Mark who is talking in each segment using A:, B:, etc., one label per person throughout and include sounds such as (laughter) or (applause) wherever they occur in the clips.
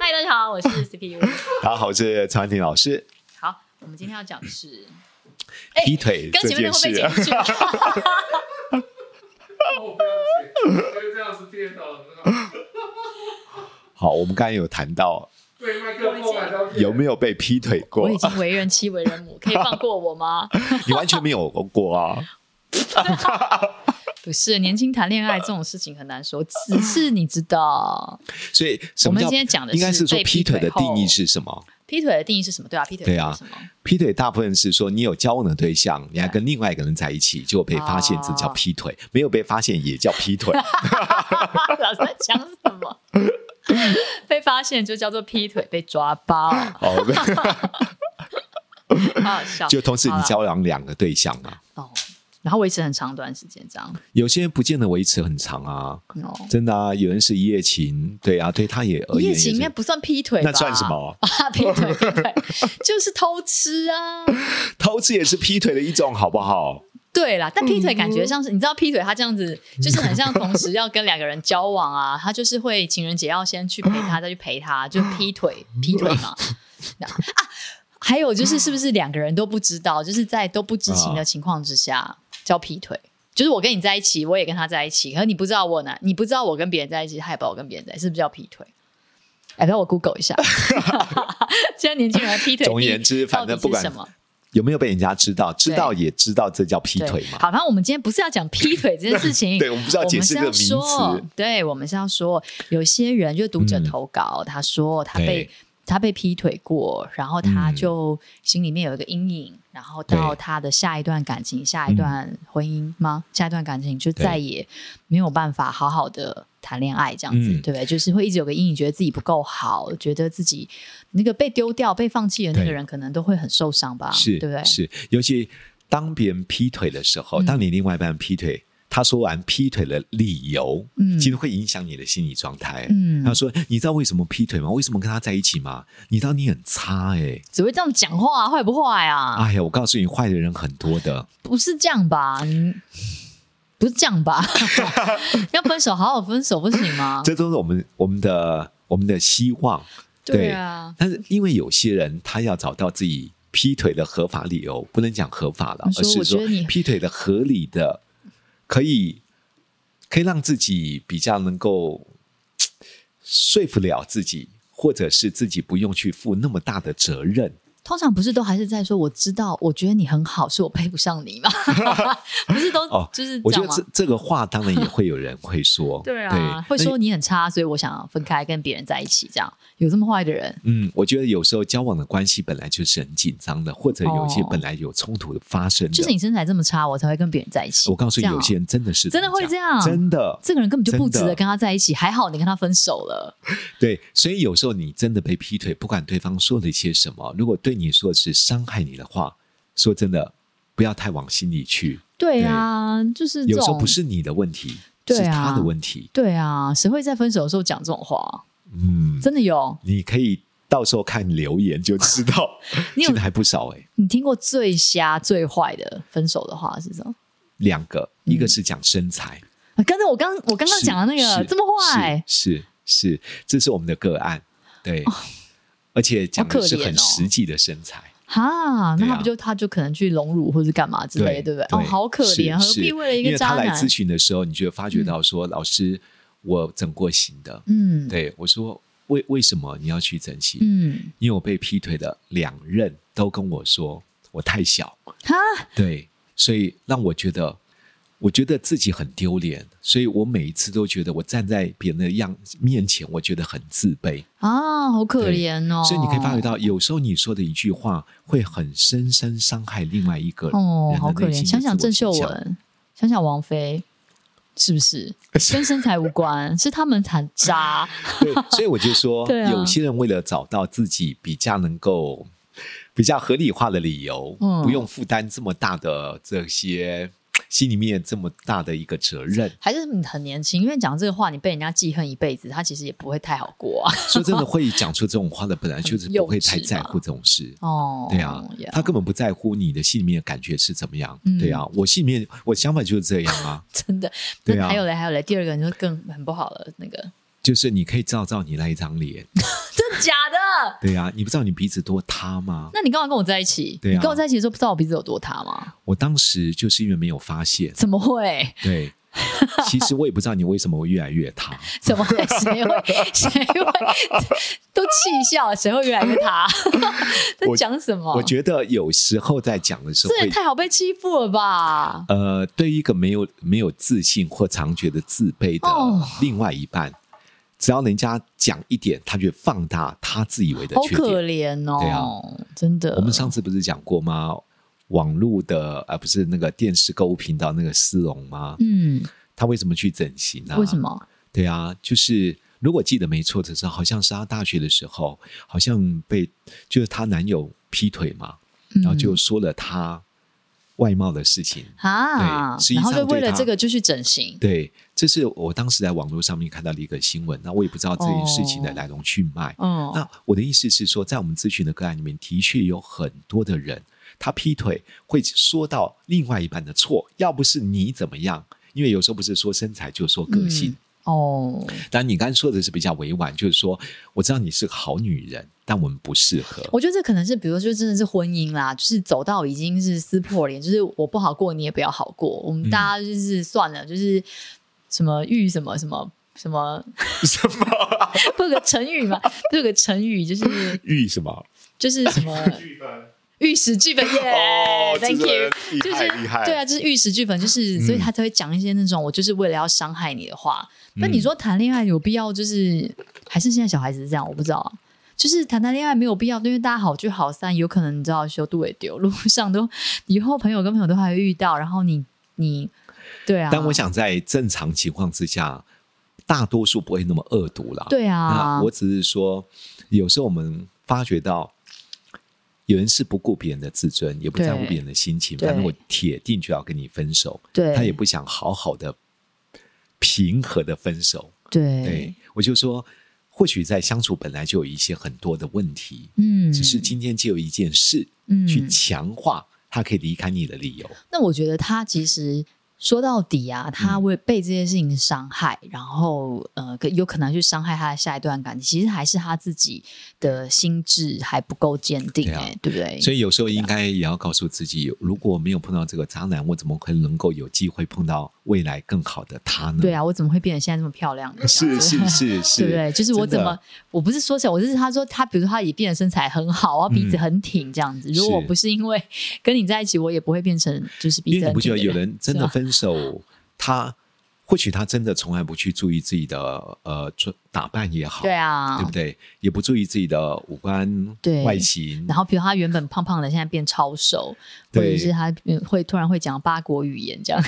A: 嗨，大家好，我是 CPU。
B: 大家好，我是常婷老师。
A: 好，我们今天要讲的是
B: 劈腿
A: 跟
B: 这
A: 哎前面
B: 件
A: 那个背景，
B: 事
A: 去吧。
B: 好，我们刚才有谈到有没有被劈腿过
A: 我已，经为人妻为人母，可以放过我吗？
B: 你完全没有过啊。
A: 不是，年轻谈恋爱这种事情很难说，只是你知道
B: 所以什
A: 我
B: 么
A: 们
B: 叫
A: 今天讲的是
B: 应该是说
A: 被
B: 劈
A: 劈
B: 腿
A: 腿
B: 的定义
A: 后
B: 是什么？
A: 劈腿的定义是什么？对啊，劈腿的
B: 对
A: 定
B: 啊
A: 义是什么？
B: 劈腿大部分是说你有交往的对象，你还跟另外一个人在一起，结果被发现，这叫劈腿；
A: 啊
B: 没有被发现也叫劈
A: (laughs)
B: 腿。
A: 老师在讲什么？被发现就叫做劈腿，被抓包，好
B: 哦，
A: 好笑。
B: 就同时你
A: 好啦
B: 交往两个对象啊，
A: 哦，然后维持很长段时间这样
B: 有些人不见得维持很长啊，
A: 哦。
B: 真的啊，有人是一夜情，对啊，对他也而言
A: 一
B: 也
A: 夜
B: 是
A: 情应该不算劈腿吧？
B: 那算
A: (laughs)
B: 什？么？
A: 啊，劈腿，劈腿 (laughs) 就是偷吃啊。
B: 偷吃也是劈腿的一种，好不好？
A: 对啦，但劈腿感觉像是、你知道，劈腿他这样子就是很像同时要跟两个人交往啊，他就是会情人节要先去陪他，再去陪他，就劈腿，劈腿嘛。那啊，还有就是是不是两个人都不知道，就是在都不知情的情况之下叫劈腿？就是我跟你在一起，我也跟他在一起，可是你不知道我呢，你不知道我跟别人在一起，他也不知道我跟别人在一起，是不是叫劈腿？哎，让我 Google 一下，现在年轻人还劈腿。
B: 总而言之反正不管
A: 什么。
B: 有没有被人家知道？知道也知道这叫劈
A: 对，
B: 腿嘛？
A: 好，反正我们今天不是要讲劈腿这件事情，
B: (laughs) 对我们不是要解释这个名词
A: 我们是要说对，我们是要说有些人就读者投稿，他说他被
B: 嗯对
A: 他被劈腿过，然后他
B: 嗯
A: 就心里面有一个阴影，然后到
B: 对
A: 他的下一段感情、下一段婚姻吗？下一段感情就
B: 对
A: 再也没有办法好好的谈恋爱，这样子，
B: 嗯
A: 对不对？就是会一直有个阴影，觉得自己不够好，觉得自己那个被丢掉、被放弃的那个
B: 对
A: 人，可能都会很受伤吧，
B: 是，
A: 对不对？
B: 是，尤其当别人劈腿的时候，
A: 嗯
B: 当你另外一半劈腿，他说完劈腿的理由，
A: 嗯
B: 其实会影响你的心理状态。
A: 嗯
B: 他说：“你知道为什么劈腿吗？为什么跟他在一起吗？你知道你很差哎、
A: 只会这样讲话、坏不坏啊？
B: 哎呀，我告诉你，坏的人很多的。
A: 不是这样吧？你不是这样 (laughs) 吧？要分手，好好分手不行吗？
B: 这都是我们我们的我们的希望。
A: 对啊，
B: 但是因为有些人他要找到自己劈腿的合法理由，不能讲合法了，
A: 你
B: 而
A: 说
B: 是
A: 我觉
B: 说
A: 得你
B: 劈腿的合理的，可以可以让自己比较能够嘖说服了自己，或者是自己不用去负那么大的责任。
A: 通常不是都还是在说我知道，我觉得你很好，是我配不上 (laughs) 你吗？不是都
B: 哦
A: 就是
B: 我
A: 这
B: 觉
A: 样
B: 得
A: 吗
B: 这？这个话当然也会有人会
A: (laughs)
B: 说，
A: 对啊，会
B: 那
A: 说你很差，所以我想分开跟别人在一起，这样有这么坏的人？
B: 嗯，我觉得有时候交往的关系本来就是很紧张的，或者有一些
A: 哦
B: 本来有冲突发生的。
A: 就是你身材这么差，我才会跟别人在一起。
B: 我告诉你，
A: 这样
B: 有些人真的是
A: 真的会这样
B: 真的。
A: 这个人根本就不值
B: 真
A: 得
B: 的
A: 跟他在一起，还好你跟他分手了。
B: 对，所以有时候你真的被劈腿，不管对方说了一些什么，如果对你说的是伤害你的话，说真的，不要太往心里去。
A: 对啊，就是这
B: 有时候
A: 种
B: 不是你的问题，
A: 对
B: 是
A: 啊
B: 他的问题。
A: 对啊，谁会在分手的时候讲这种话？
B: 嗯，
A: 真的有？
B: 你可以到时候看留言就知道
A: (laughs) 。你有
B: 现在还不少哎、
A: 你听过最瞎、最坏的分手的话是什么？
B: 两个，
A: 嗯
B: 一个是讲身材，
A: 啊刚才我刚我刚刚
B: 是
A: 讲的那个
B: 是
A: 这么坏，哦
B: 是是是，这是我们的个案，对，而且讲的是
A: 好可
B: 很
A: 怜哦
B: 实际的身材。
A: 哈，那
B: 对啊
A: 他不就他就可能去隆乳或者干嘛之类的，对不对？哦，好可
B: 是
A: 怜，何
B: 是
A: 必为了一
B: 因
A: 个
B: 为
A: 渣
B: 他来
A: 男？
B: 咨询的时候，你就会发觉到说，老师，我整过型的。
A: 嗯，
B: 对我说，为为什么你要去整形？
A: 嗯，
B: 因为我被劈腿的两任都跟我说我太小，
A: 哈，
B: 对，所以让我觉得。我觉得自己很丢脸，所以我每一次都觉得我站在别人的样面前，我觉得很自卑。
A: 啊，好可
B: 对
A: 怜哦。
B: 所以你可以发觉到，有时候你说的一句话会很深深伤害另外一个人
A: 哦，好
B: 的
A: 可
B: 内心
A: 怜。
B: 的
A: 想想
B: 自
A: 郑
B: 我
A: 秀
B: 形象
A: 文，想想王菲，是不
B: (laughs)
A: 是跟身材无关？是他们很渣。 (laughs)
B: 对，所以我就说，
A: 对啊
B: 有些人为了找到自己比较能够比较合理化的理由，
A: 嗯
B: 不用负担这么大的这些心里面这么大的一个责
A: (laughs)
B: 任。
A: 还是你很年轻，因为讲这个话，你被人家记恨一辈子，他其实也不会太好过啊。
B: 说真的，会讲出这种话的，本来
A: (laughs)
B: 就是不会太在乎这种事。
A: 哦，
B: 对啊，
A: 呀
B: 他根本不在乎你的心里面的感觉是怎么样。
A: 嗯，
B: 对啊，我心里面我想法就是这样啊
A: (laughs) 真的。
B: 对啊
A: 那还有嘞，还有嘞，第二个你就更很不好了，那个
B: 就是你可以照照你那一张脸。
A: 真的假的？
B: 对啊，你不知道你鼻子多塌吗？
A: 那你干嘛跟我在一起？
B: 对啊
A: 你跟我在一起的时候，不知道我鼻子有多塌吗？
B: 我当时就是因为没有发现，
A: 怎么会？
B: 对。其实我也不知道你为什么会越来越塌，
A: 怎么会？谁会？谁会？都气笑，谁会越来越塌？ (laughs) 在
B: 我
A: 讲什么？
B: 我觉得有时候在讲的时候
A: 这
B: 会
A: 也太好被欺负了吧？
B: 呃，对于一个没有没有自信或常觉得自卑
A: 哦
B: 的另外一半，只要人家讲一点，他就放大他自以为的
A: 好
B: 缺
A: 可
B: 点。
A: 怜
B: 啊对
A: 哦，
B: 啊
A: 真的。
B: 我们上次不是讲过吗？网络的呃，不是那个电视购物频道那个丝绒吗？
A: 嗯，
B: 他为什么去整形啊？
A: 为什？么？
B: 对啊，就是如果记得没错的时候，好像是她大学的时候，好像被就是她男友劈腿嘛，
A: 嗯
B: 然后就说了她外貌的事情。
A: 啊
B: 对实，际
A: 然后
B: 上
A: 就为
B: 对
A: 了
B: 他
A: 这个就去整形，
B: 对，这是我当时在网络上面看到的一个新闻，那我也不知道这件事情的
A: 哦
B: 来龙去脉。
A: 嗯，
B: 那我的意思是说，在我们咨询的个案里面，的确有很多的人，他劈腿会说到另外一半的错，要不是你怎么样，因为有时候不是说身材，就说个性。
A: 哦，
B: 但你刚才说的是比较委婉，就是说我知道你是个好女人，但我们不适合。
A: 我觉得这可能是，比如说，就真的是婚姻啦，就是走到已经是撕破脸，就是我不好过，你也不要好过，我们大家就是算了，就是什么遇什么什么什么
B: (laughs) 什么
A: 不是有个成语嘛，不是有个成语就是
B: 欲什么？
A: 就是什么玉石俱焚耶、t
B: 哦
A: h a n k 哎 you。就是对啊，就是玉石俱焚，就是
B: 嗯
A: 所以他才会讲一些那种我就是为了要伤害你的话。
B: 嗯
A: 那、你说谈恋爱有必要就是还是现在小孩子是这样，我不知道啊。就是谈谈恋爱没有必要，因为大家好聚好散，有可能你知道修度也丢，路上都以后朋友跟朋友都还会遇到，然后你你对啊，
B: 但我想在正常情况之下，大多数不会那么恶毒啦。
A: 对啊
B: 那，我只是说，有时候我们发觉到。有人是不顾别人的自尊，也不在乎
A: 对
B: 别人的心情，
A: 对
B: 反正我铁定就要跟你分手。
A: 对
B: 他也不想好好的、平和的分手。
A: 对
B: 对，我就说，或许在相处本来就有一些很多的问题，
A: 嗯，
B: 只是今天就有一件事，
A: 嗯
B: 去强化他可以离开你的理由。
A: 那我觉得他其实说到底啊，他
B: 嗯
A: 会被这些事情伤害，然后呃，可有可能去伤害他的下一段感情，其实还是他自己的心智还不够坚定、欸，
B: 对啊
A: 对不对？
B: 所
A: 以
B: 以有时候应该也要告诉自己，如果没有碰到这个渣男，我怎么可能够有机会碰到未来更好的他呢？
A: 对，啊，我怎么会变得现在这么漂亮呢？
B: 是是是
A: (laughs)
B: 是，
A: 对不对？就是我
B: 真
A: 怎
B: 的
A: 么，我不是说起来，我就是他说他，比如说他也变得身材很好啊，鼻子
B: 嗯
A: 很挺这样子。如果
B: 是
A: 不是因为 (laughs) 跟你在一起，我也不会变成就是鼻
B: 因
A: 子
B: 为
A: 很
B: 你不
A: 挺
B: 觉
A: 的
B: 得有
A: 人
B: 人真
A: 是
B: 的
A: 吧
B: 分手，他或许他真的从来不去注意自己的呃做打扮也好，
A: 对啊，
B: 对不对？也不注意自己的五官、
A: 对
B: 外形，
A: 然后，比如他原本胖胖的，现在变超瘦，或者
B: 对
A: 是他嗯会突然会讲八国语言
B: (laughs)
A: 这样，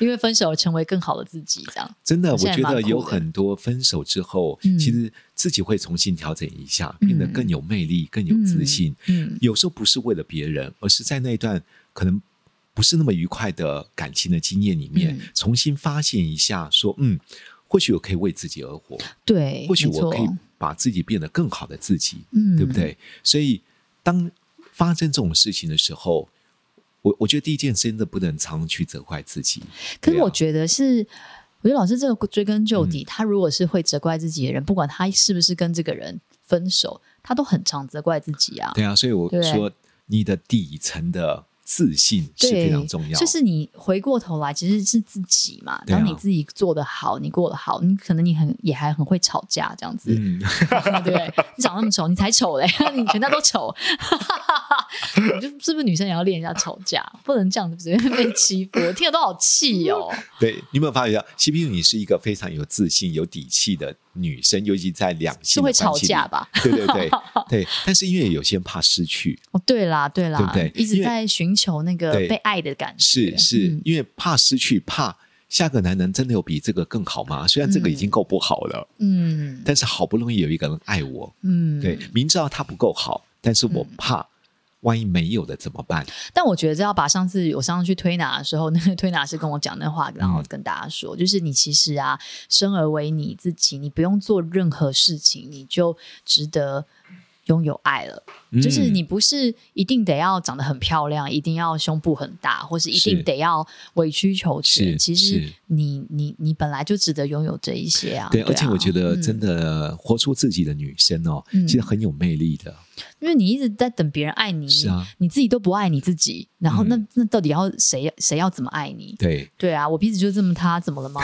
A: 因为分手成为更好的自己这样。
B: 真的，
A: 我
B: 我
A: 现在
B: 觉
A: 蛮
B: 得有
A: 酷的
B: 很多分手之后，
A: 嗯
B: 其实自己会重新调整一下，
A: 嗯
B: 变得更有魅力、更有自信。
A: 嗯，
B: 有时候不是为了别人，而是在那一段可能不是那么愉快的感情的经验里面，
A: 嗯
B: 重新发现一下，说嗯，或许我可以为自己而活，
A: 对，
B: 或许
A: 没
B: 我
A: 错
B: 可以把自己变得更好的自己，
A: 嗯
B: 对不对？所以当发生这种事情的时候。我我觉得第一件事真的不能常去责怪自己，
A: 可是
B: 对啊
A: 我觉得是，我觉得老师这个追根
B: 嗯
A: 究底，他如果是会责怪自己的人，不管他是不是跟这个人分手，他都很常责怪自己啊。
B: 对啊，所以我
A: 对
B: 说你的底层的自信是
A: 对，
B: 非常重要，
A: 就是你回过头来，其实是自己嘛，
B: 对啊
A: 然后你自己做的好，你过得好，你可能你很也还很会吵架这样子，
B: 嗯，
A: 对不对？
B: (laughs)
A: 你长那么丑，你才丑嘞，你全家都丑， (laughs) 你就是不是女生也要练一下吵架？不能这样子随便被欺负，我听了都好气哦。
B: 对，你有没有发觉到，CPU 你是一个非常有自信、有底气的女生，尤其在两
A: 是
B: 性
A: 会
B: 的
A: 吵
B: 关系里
A: 架？吧？
B: 对
A: (laughs)
B: 对对对，但是因为有些人怕失去，
A: 哦，对啦，对啦，
B: 对不对
A: 一直在寻求那个
B: 因为
A: 被爱的感觉，
B: 是是、
A: 嗯
B: 因为怕失去，怕下个男人真的有比这个更好吗？虽然这个已经够不好了，
A: 嗯
B: 但是好不容易有一个人爱我，
A: 嗯，
B: 对，明知道他不够好，但是我怕万一没有的怎么办？
A: 但我觉得要把上次我上次去推拿的时候，那个推拿师跟我讲那话，
B: 嗯
A: 然后跟大家说，就是你其实啊，生而为你自己，你不用做任何事情，你就值得拥有爱了。
B: 嗯
A: 就是你不是一定得要长得很漂亮，一定要胸部很大，或是一定
B: 是
A: 得要委曲求
B: 是
A: 全。其实
B: 是
A: 你你你本来就值得拥有这一些啊。
B: 对，
A: 啊
B: 而且我觉得
A: 嗯
B: 真的活出自己的女生哦，
A: 嗯
B: 其实很有魅力的。
A: 因为你一直在等别人爱你，
B: 是啊
A: 你自己都不爱你自己，然后那、
B: 嗯
A: 那到底要谁谁要怎么爱你？
B: 对，
A: 对啊，我鼻子就这么塌，怎么
B: (laughs)
A: 了吗？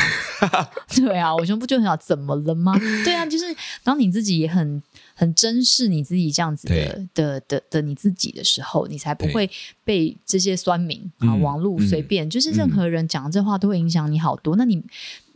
A: 对啊，我胸部就很好，怎么了吗？对啊，就是当你自己也很很珍视你自己这样子的的的的你自己的时候，你才不
B: 对
A: 会被这些酸民啊、
B: 嗯
A: 网络
B: 嗯
A: 随便、就是任何人讲这话都会影响你好多。那你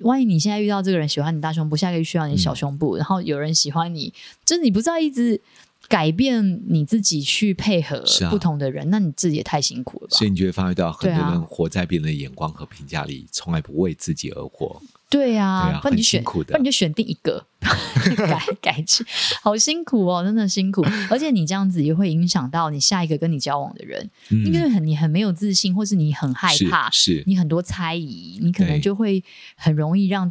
A: 万一你现在遇到这个人喜欢你大胸部，下个月需要你
B: 嗯
A: 小胸部，然后有人喜欢你，就是你不知道一直。改变你自己去配合
B: 是啊
A: 不同的人，那你自己也太辛苦了吧？
B: 所以你就会发觉到很
A: 对
B: 多
A: 啊
B: 人活在别人的眼光和评价里，从来不为自己而活。
A: 对
B: 对
A: 啊
B: 啊，
A: 不然你
B: 很
A: 就选，
B: 辛苦的
A: 不然你就选定一个 (laughs) 改改去，好辛苦哦，真的辛苦。而且你这样子也会影响到你下一个跟你交往的人，
B: 嗯
A: 因为很你很没有自信，或是你很害怕，
B: 是是
A: 你很多猜疑，你可能
B: 对
A: 就会很容易让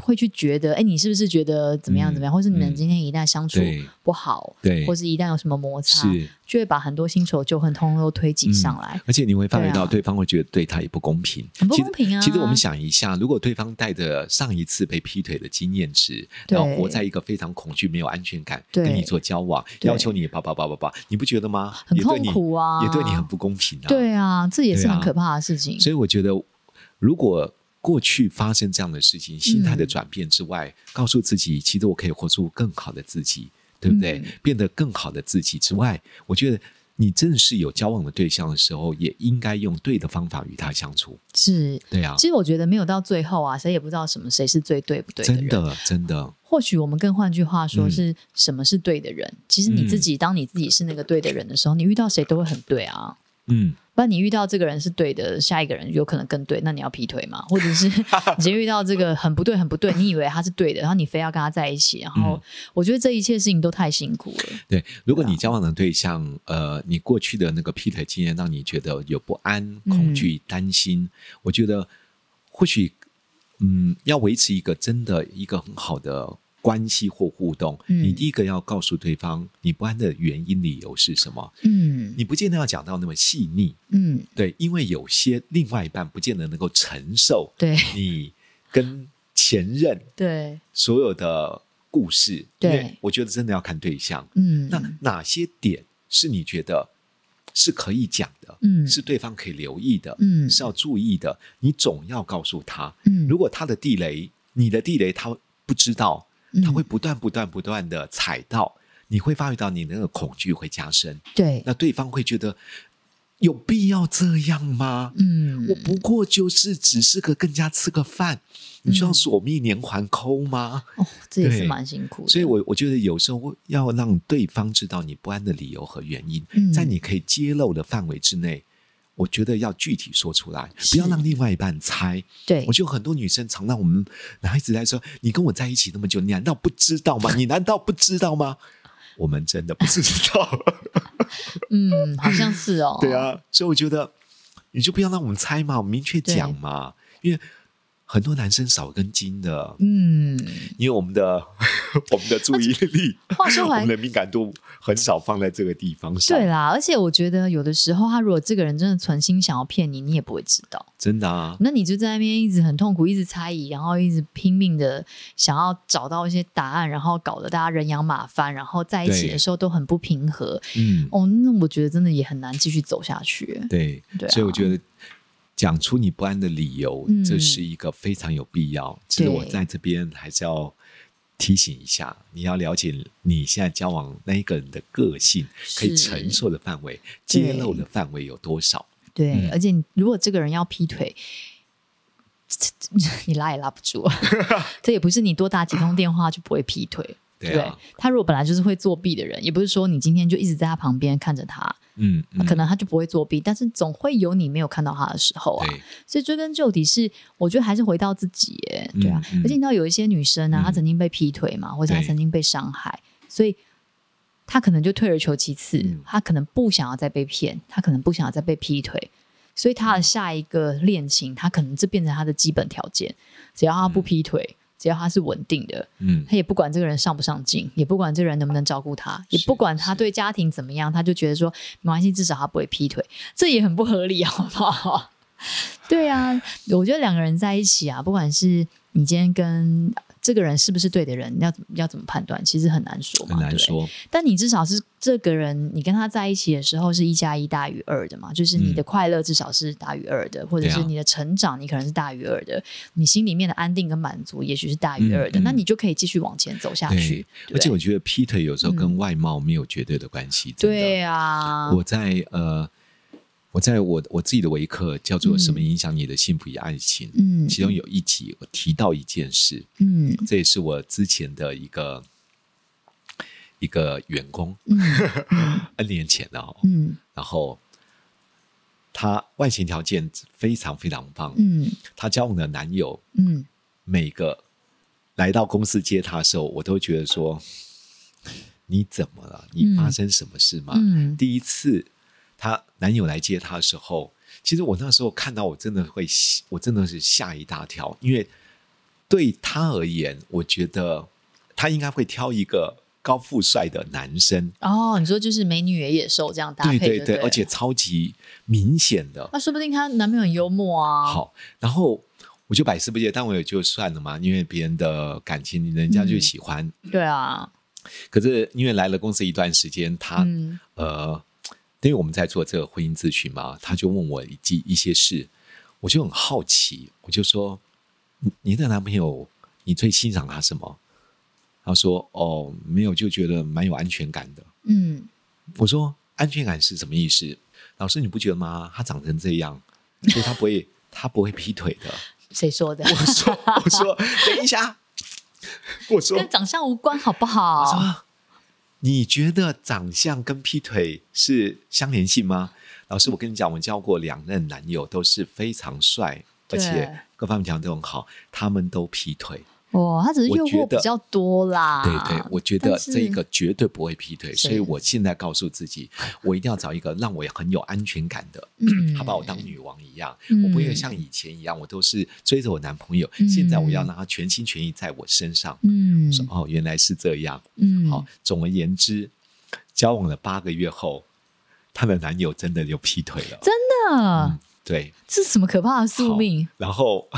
A: 会去觉得，哎，你是不是觉得怎么样
B: 嗯
A: 怎么样，或是你们
B: 嗯
A: 今天一旦相处
B: 对
A: 不好，
B: 对
A: 或是一旦有什么摩擦，
B: 是，嗯
A: 就会把很多新仇旧恨通通都推挤上来，
B: 而且你会发觉
A: 对
B: 到
A: 啊
B: 对方会觉得对他也不公平，
A: 很不
B: 其实
A: 公平啊
B: 其实我们想一下，如果对方带着上一次被劈腿的经验值，
A: 对
B: 然后活在一个非常恐惧、没有安全感，
A: 对
B: 跟你做交往，
A: 对
B: 要求你叭叭叭叭叭，你不觉得吗？
A: 很
B: 也对
A: 痛
B: 你
A: 苦啊，
B: 也对你很不公平啊。
A: 对啊，这也是
B: 对啊
A: 很可怕的事情。
B: 所以我觉得，如果过去发生这样的事情，心态的转变之外，
A: 嗯
B: 告诉自己，其实我可以活出更好的自己，对不对？
A: 嗯
B: 变得更好的自己之外，我觉得你正式有交往的对象的时候，也应该用对的方法与他相处。
A: 是，
B: 对啊，
A: 其实我觉得没有到最后啊，谁也不知道什么谁是最对不对的
B: 真
A: 人。
B: 的，真的，
A: 或许我们更换句话说
B: 嗯
A: 是什么是对的人。其实你自己，当你自己是那个对的人的时候，你遇到谁都会很对啊。
B: 嗯，
A: 不然你遇到这个人是对的，下一个人有可能更对，那你要劈腿
B: (laughs)
A: 嘛？或者是你今天遇到这个很不对、很不对，你以为他是对的，然后你非要跟他在一起，然后
B: 嗯
A: 我觉得这一切事情都太辛苦了。
B: 对。如
A: 啊
B: 果你交往的对象，呃，你过去的那个劈腿经验让你觉得有不安、
A: 嗯
B: 恐惧、担心，我觉得或许，嗯，要维持一个真的一个很好的。关系或互动，
A: 嗯
B: 你第一个要告诉对方你不安的原因、理由是什么。
A: 嗯
B: 你不见得要讲到那么细腻，
A: 嗯，
B: 对，因为有些另外一半不见得能够承受
A: 对嗯
B: 你跟前任
A: 对，
B: 所有的故事。
A: 对
B: 因为我觉得真的要看对象。
A: 嗯，
B: 那哪些点是你觉得是可以讲的？
A: 嗯
B: 是对方可以留意的，
A: 嗯
B: 是要注意的。你总要告诉他，
A: 嗯
B: 如果他的地雷，你的地雷他不知道，他
A: 嗯
B: 会不断不断不断的踩到，你会发觉到你那个恐惧会加深，
A: 对，
B: 那对方会觉得有必要这样吗？
A: 嗯
B: 我不过就是只是个更加吃个饭，
A: 嗯
B: 你就要索命连环扣吗？
A: 哦，这也是
B: 对
A: 蛮辛苦的。
B: 所以我，我觉得有时候要让对方知道你不安的理由和原因，
A: 嗯
B: 在你可以揭露的范围之内，我觉得要具体说出来，不要
A: 是
B: 让另外一半猜。
A: 对
B: 我觉得很多女生常让我们男孩子在说：“你跟我在一起那么久，你难道不知道
A: (laughs)
B: 吗？你难道不知道吗？”我们真的不知道，
A: 嗯，好像是 (laughs) 哦。
B: (laughs) 对，啊，所以我觉得你就不要让我们猜嘛，我们明确
A: 对
B: 讲嘛，因为很多男生少根筋的，
A: 嗯，
B: 因为我们的 (laughs) 我们的注意力，
A: 话说回
B: 我
A: 来
B: 们的敏感度很少放在这个地方上。
A: 对，啦，而且我觉得有的时候，他如果这个人真的存心想要骗你，你也不会知道。
B: 真的啊，
A: 那你就在那边一直很痛苦，一直猜疑，然后一直拼命的想要找到一些答案，然后搞得大家人仰马翻，然后在一起
B: 对
A: 的时候都很不平和。
B: 嗯，
A: 哦，那我觉得真的也很难继续走下去。
B: 对，
A: 对啊
B: 所以我觉得讲出你不安的理由，
A: 嗯
B: 这是一个非常有必要。只是
A: 对
B: 我在这边还是要。提醒一下，你要了解你现在交往那一个人的个性，可
A: 是
B: 以承受的范围、
A: 对
B: 揭露的范围有多少？
A: 对，
B: 嗯
A: 而且你如果这个人要劈腿， (laughs) 你拉也拉不住， (laughs) 这也不是你多打几通电话就不会劈腿。
B: 对啊，
A: 他如果本来就是会作弊的人，也不是说你今天就一直在他旁边看着他，
B: 嗯，嗯
A: 可能他就不会作弊，但是总会有你没有看到他的时候啊。
B: 对，
A: 所以追根究底是，我觉得还是回到自己耶，对啊。
B: 嗯嗯
A: 而且你知道有一些女生啊，
B: 嗯
A: 她曾经被劈腿嘛，或者她
B: 对
A: 曾经被伤害，所以他可能就退而求其次，
B: 嗯
A: 他可能不想要再被骗，他可能不想要再被劈腿，所以他的下一个恋情，他可能这变成他的基本条件。只要他不劈腿，只要他是稳定的，
B: 嗯
A: 他也不管这个人上不上进，也不管这个人能不能照顾他，也
B: 是
A: 不管他对家庭怎么样，他就觉得说没关系，至少他不会劈腿，这也很不合理，好不好？ (laughs) 对啊，我觉得两个人在一起啊，不管是你今天跟这个人是不是对的人，要怎么要怎么判断，其实很难说嘛，
B: 很难
A: 啊对不对
B: 说，
A: 但你至少是这个人，你跟他在一起的时候是一加一大于二的嘛，就是你的快乐至少是大于二的，或者是
B: 嗯对啊
A: 你的成长你可能是大于二的，你心里面的安定跟满足也许是大于二的，
B: 嗯嗯
A: 那你就可以继续往前走下去
B: 对。。
A: 对
B: 而且我觉得 Peter 有时候
A: 嗯
B: 跟外貌没有绝对的关系，真的
A: 对啊，
B: 我在呃，我在我我自己的微课叫做
A: 嗯
B: “什么影响你的幸福与爱情”，
A: 嗯
B: 其中有一集我提到一件事，
A: 嗯
B: 这也是我之前的一个一个员工
A: 嗯
B: (laughs) N 年前了哦，
A: 嗯
B: 然后她外形条件非常非常棒，
A: 嗯
B: 她交往的男友
A: 嗯，
B: 每个来到公司接她的时候，我都觉得说。 (laughs) 你怎么了？你发
A: 嗯
B: 生什么事吗？
A: 嗯
B: 第一次她男友来接她的时候，其实我那时候看到，我真的会吓，我真的是吓一大跳，因为对她而言，我觉得她应该会挑一个高富帅的男生，
A: 哦，你说就是美女与野兽这样搭配就
B: 对
A: 对
B: 对，
A: 了哦
B: 而且超级明显的。
A: 那说不定她男朋友很幽默啊。，
B: 好，然后我就百思不解，但我也就算了嘛，因为别人的感情人家就
A: 嗯
B: 喜欢，
A: 对啊，
B: 可是因为来了公司一段时间，她。
A: 嗯
B: 呃，因为我们在做这个婚姻咨询嘛，他就问我一记一些事，我就很好奇，我就说，你你的男朋友，你最欣赏他什么？他说，哦，没有，就觉得蛮有安全感的。
A: 嗯，
B: 我说，安全感是什么意思？老师，你不觉得吗？他长成这样，所以他不会，他不会劈腿的。 (laughs)
A: 谁说的？
B: 我说，我说，等一下， (laughs) 我说，
A: 跟长相无关，好不
B: 我说
A: 好？
B: 啊你觉得长相跟劈腿是相连性吗？老师，我跟你讲，我交过两任男友，都是非常帅，
A: 对
B: 而且各方面条件都很好，他们都劈腿。
A: 哦，他只是
B: 我
A: 诱
B: 觉
A: 惑比
B: 得
A: 较多啦。
B: 对对，我觉得
A: 啊但是
B: 这一个绝对不会劈腿，
A: 是
B: 所以我现在告诉
A: (laughs)
B: 自己，我一定要找一个让我很有安全感的，
A: 嗯
B: 他把我当女王一样，
A: 嗯
B: 我不会像以前一样，我都是追着我男朋友，
A: 嗯
B: 现在我要让他全心全意在我身上。
A: 嗯
B: 说哦，原来是这样。
A: 嗯
B: 好，总而言之，交往了八个月后，她的男友真的就劈腿了。
A: 真的
B: 嗯，对，
A: 这是什么可怕的宿
B: 好
A: 命？。
B: 然后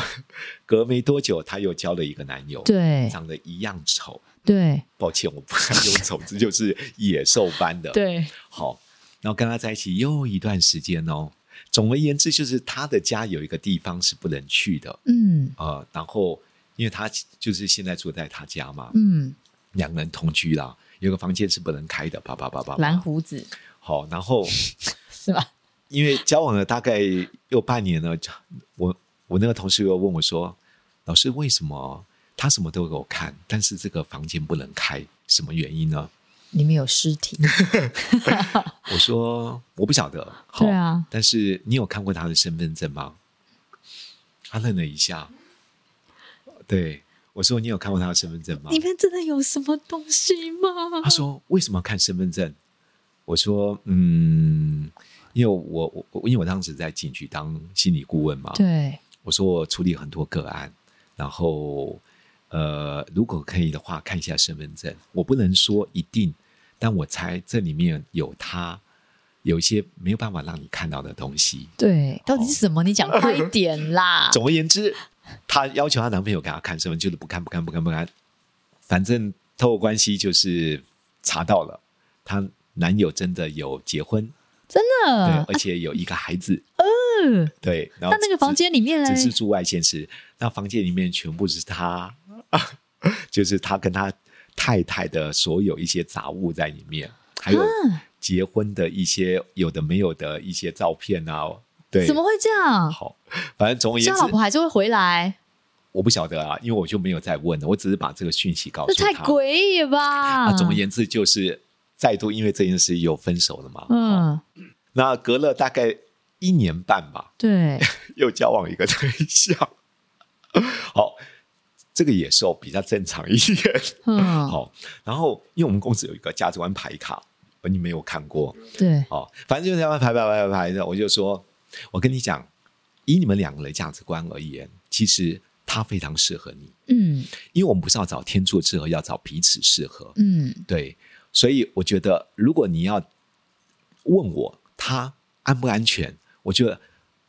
B: 隔没多久，她又交了一个男友，
A: 对
B: 长得一样丑。
A: 对
B: 抱歉，我不敢用丑，这就是野兽般的。，
A: 对，
B: 好，然后跟他在一起又一段时间哦。总而言之，就是她的家有一个地方是不能去的，
A: 嗯
B: 呃，然后因为她就是现在住在她家嘛，
A: 嗯，
B: 两个人同居啦，有个房间是不能开的，叭叭叭叭叭。
A: 蓝胡子
B: 好，然后
A: 是吧？
B: 因为交往了大概有半年了，我我那个同事又问我说：“老师，为什么他什么都给我看，但是这个房间不能开，什么原因呢
A: 里面有尸体，？”
B: 我说：“我不晓得。”好
A: 对，啊，
B: 但是你有看过他的身份证吗？他愣了一下，对我说：“你有看过他的身份证吗？”
A: 里面真的有什么东西吗？
B: 他说：“为什么要看身份证？”我说：“嗯，因为我我我因为我当时在警局当心理顾问嘛，
A: 对，
B: 我说我处理很多个案，然后呃，如果可以的话，看一下身份证。我不能说一定，但我猜这里面有他有一些没有办法让你看到的东西。
A: 对，到底是什么？你讲快一点啦！
B: (laughs) 总而言之，她要求她男朋友给她看身份，就是不看不看不看不看，反正透过关系就是查到了，她男友真的有结婚，对，
A: 嗯
B: 而且有一个孩子，
A: 嗯，
B: 对，然后
A: 那那个房间里面嘞
B: 只，是住外县市，那房间里面全部是他， (laughs) 就是他跟他太太的所有一些杂物在里面，还
A: 啊
B: 有结婚的一些有的没有的一些照片啊，对，
A: 怎么会这样？
B: 好？反正总而言
A: 这样老
B: 之
A: 婆，还是会回来，
B: 我不晓得啊，因为我就没有再问了，我只是把这个讯息告
A: 这
B: 诉
A: 太
B: 他。
A: 诡异了吧？
B: 啊，总而言之就是再度因为这件事又分手了嘛。好，
A: 嗯，
B: 那隔了大概一年半吧，
A: 对，
B: 又交往一个对象。好，这个野兽比较正常一点。
A: 嗯，
B: (laughs) 好、然后因为我们公司有一个价值观牌卡，呃你没有看过
A: 对，
B: 哦，反正就是要排排排排排的。我就说，我跟你讲，以你们两个的价值观而言，其实它非常适合你，
A: 嗯
B: 因为我们不是要找天作适合，要找彼此适合。
A: 嗯
B: 对，所以我觉得，如果你要问我它安不安全，我觉得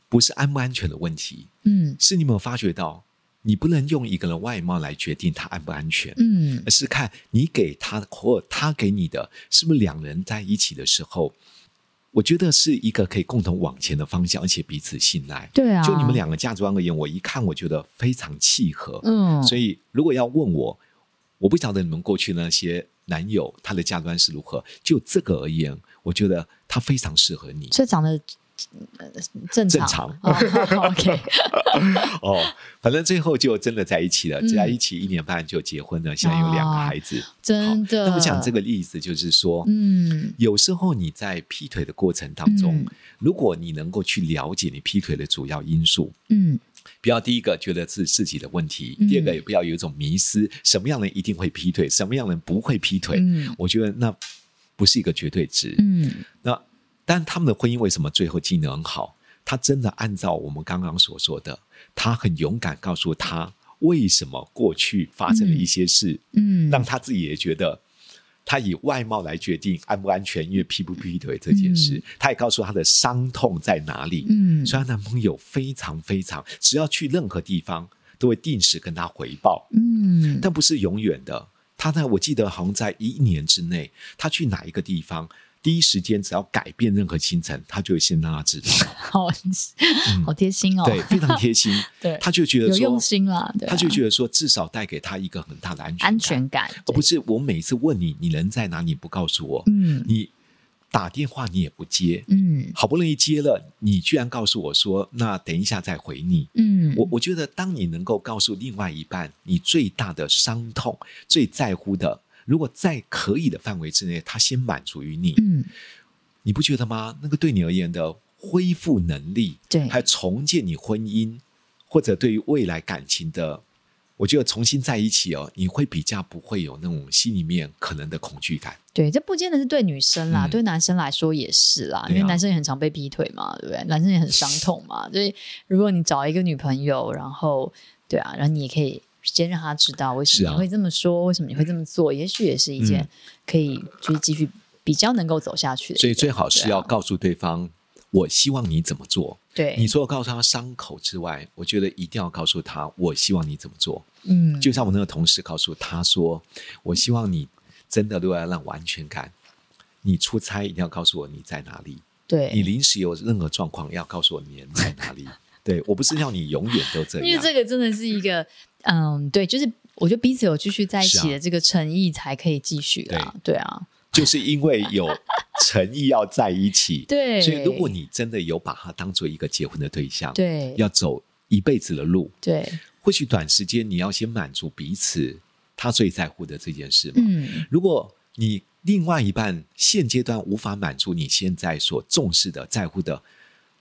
B: 不是安不安全的问题，
A: 嗯
B: 是你有没有发觉到，你不能用一个人外貌来决定他安不安全，
A: 嗯
B: 而是看你给他或他给你的，是不是两人在一起的时候。我觉得是一个可以共同往前的方向，而且彼此信赖。
A: 对啊
B: 就你们两个价值观而言，我一看我觉得非常契合。
A: 嗯，
B: 所
A: 以
B: 以如果要问我，我不晓得你们过去那些男友他的价值观是如何，就这个而言，我觉得他非常适合你
A: 这长得呃正
B: 正
A: 常
B: 常
A: 哦
B: (laughs)
A: ，OK，
B: 哦。反正最后就真的在一起了，
A: 嗯啊
B: 在一起一年半就结婚了，现在有两个孩子。
A: 真的。
B: 那我讲这，个例子就是说，
A: 嗯
B: 有时候你在劈腿的过程当中，
A: 嗯
B: 如果你能够去了解你劈腿的主要因素，
A: 嗯
B: 不要第一个觉得是自己的问题，
A: 嗯
B: 第二个也不要有一种迷失，什么样的人一定会劈腿，什么样的人不会劈腿。
A: 嗯
B: 我觉得那不是一个绝对值。
A: 嗯
B: 那但他们的婚姻为什么最后经营很好？他真的按照我们刚刚所说的，他很勇敢告诉他为什么过去发生了一些事，
A: 嗯，
B: 让他自己也觉得。他以外貌来决定安不安全，因为劈不劈腿这件事，
A: 嗯
B: 他也告诉他的伤痛在哪里。
A: 嗯
B: 所以她男朋友非常非常，只要去任何地方都会定时跟她回报，
A: 嗯，
B: 但不是永远的。她在我记得好像在一年之内，她去哪一个地方，第一时间只要改变任何行程，她就会先让她知道，
A: 好好贴心哦，
B: 嗯对，非常贴心。
A: (laughs) 对
B: 她就觉得
A: 有
B: 说
A: 用，心啦，对啊，
B: 她就觉得说，至少带给她一个很大的安全
A: 安
B: 感，
A: 全感，
B: 而不
A: 对
B: 是我每次问你你人在哪，你不告诉我，
A: 嗯
B: 你打电话你也不接，
A: 嗯
B: 好不容易接了，你居然告诉我说，那等一下再回你。
A: 嗯，
B: 我我觉得，当你能够告诉另外一半你最大的伤痛、最在乎的，如果在可以的范围之内，他先满足于你，
A: 嗯
B: 你不觉得吗？那个对你而言的恢复能力，
A: 对
B: 还有重建你婚姻或者对于未来感情的，我觉得重新在一起哦，你会比较不会有那种心里面可能的恐惧感。
A: 对，这不见得是对女生啦，
B: 嗯
A: 对男生来说也是啦，因
B: 对
A: 为
B: 啊
A: 男生也很常被劈腿嘛，对不对？男生也很
B: (laughs)
A: 伤痛嘛，所以如果你找一个女朋友，然后对啊，然后你也可以先让她知道为什
B: 是
A: 么
B: 啊
A: 你会这么说，为什么你会这么做，也许也是一件
B: 嗯
A: 可以就是继续比较能够走下去的一个。
B: 所以最好是
A: 对啊
B: 要告诉对方，我希望你怎么做。
A: 对
B: 你除了告诉他伤口之外，我觉得一定要告诉他，我希望你怎么做。
A: 嗯，
B: 就像我那个同事告诉他说，我希望你真的如果要让我安全感，你出差一定要告诉我你在哪里，你
A: 对，
B: 临时有任何状况要告诉我你人在哪
A: (laughs)
B: 里。对我不是要你永远都这
A: 因为
B: 样，
A: 这个真的是一个嗯，对，就是我觉得彼此有继续在一
B: 是啊
A: 起的这个诚意才可以继续啦，对啊，
B: 就是因为有诚意要在一起。
A: (laughs) 对，
B: 所以如果你真的有把他当做一个结婚的对象，
A: 对
B: 要走一辈子的路，
A: 对
B: 或许短时间你要先满足彼此他最在乎的这件事嘛。
A: 嗯
B: 如果你另外一半现阶段无法满足你现在所重视的、在乎的，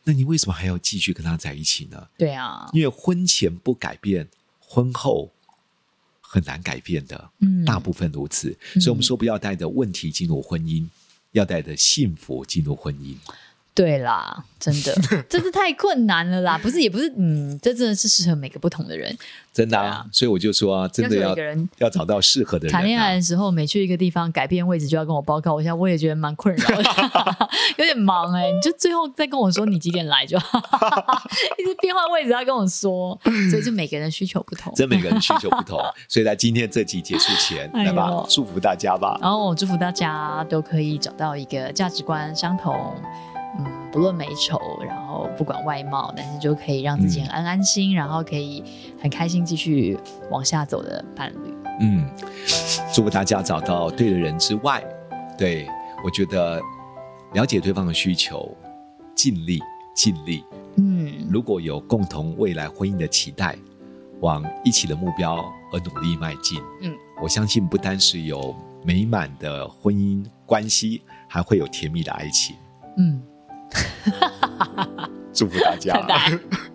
B: 那你为什么还要继续跟他在一起呢？
A: 对啊，
B: 因为婚前不改变，婚后很难改变的，
A: 嗯
B: 大部分如此。
A: 嗯
B: 所以我们说，不要带着问题进入婚姻，要带着幸福进入婚姻。
A: 对啦，真的，这是太困难了啦，不是也不是，嗯，这真的是适合每个不同的人。
B: 真的
A: 对
B: 啊，
A: 啊
B: 所以我就说啊，真的
A: 要是有
B: 要
A: 一个人
B: 要找到适合的人、啊。
A: 谈恋爱的 (laughs) 时候，每去一个地方改变位置就要跟我报告一下，我也觉得蛮困扰的，有点忙哎、你就最后再跟我说你几点来就好， (laughs) 一直变换位置要跟我说，所以就每个人需求不同。
B: 真每个人需求不同，所以在今天这集结束前，
A: (laughs) 哎呦
B: 来吧，祝福大家吧。
A: 然后哦我祝福大家都可以找到一个价值观相同，嗯，不论美丑，然后不管外貌，但是就可以让自己很安安心，然后可以很开心继续往下走的伴侣。
B: 嗯，祝福大家找到对的人之外，对我觉得了解对方的需求，尽力尽力。
A: 嗯，
B: 如果有共同未来婚姻的期待，往一起的目标而努力迈进，
A: 嗯，
B: 我相信不单是有美满的婚姻关系，还会有甜蜜的爱情。
A: 嗯，
B: 祝福大家，
A: 拜拜。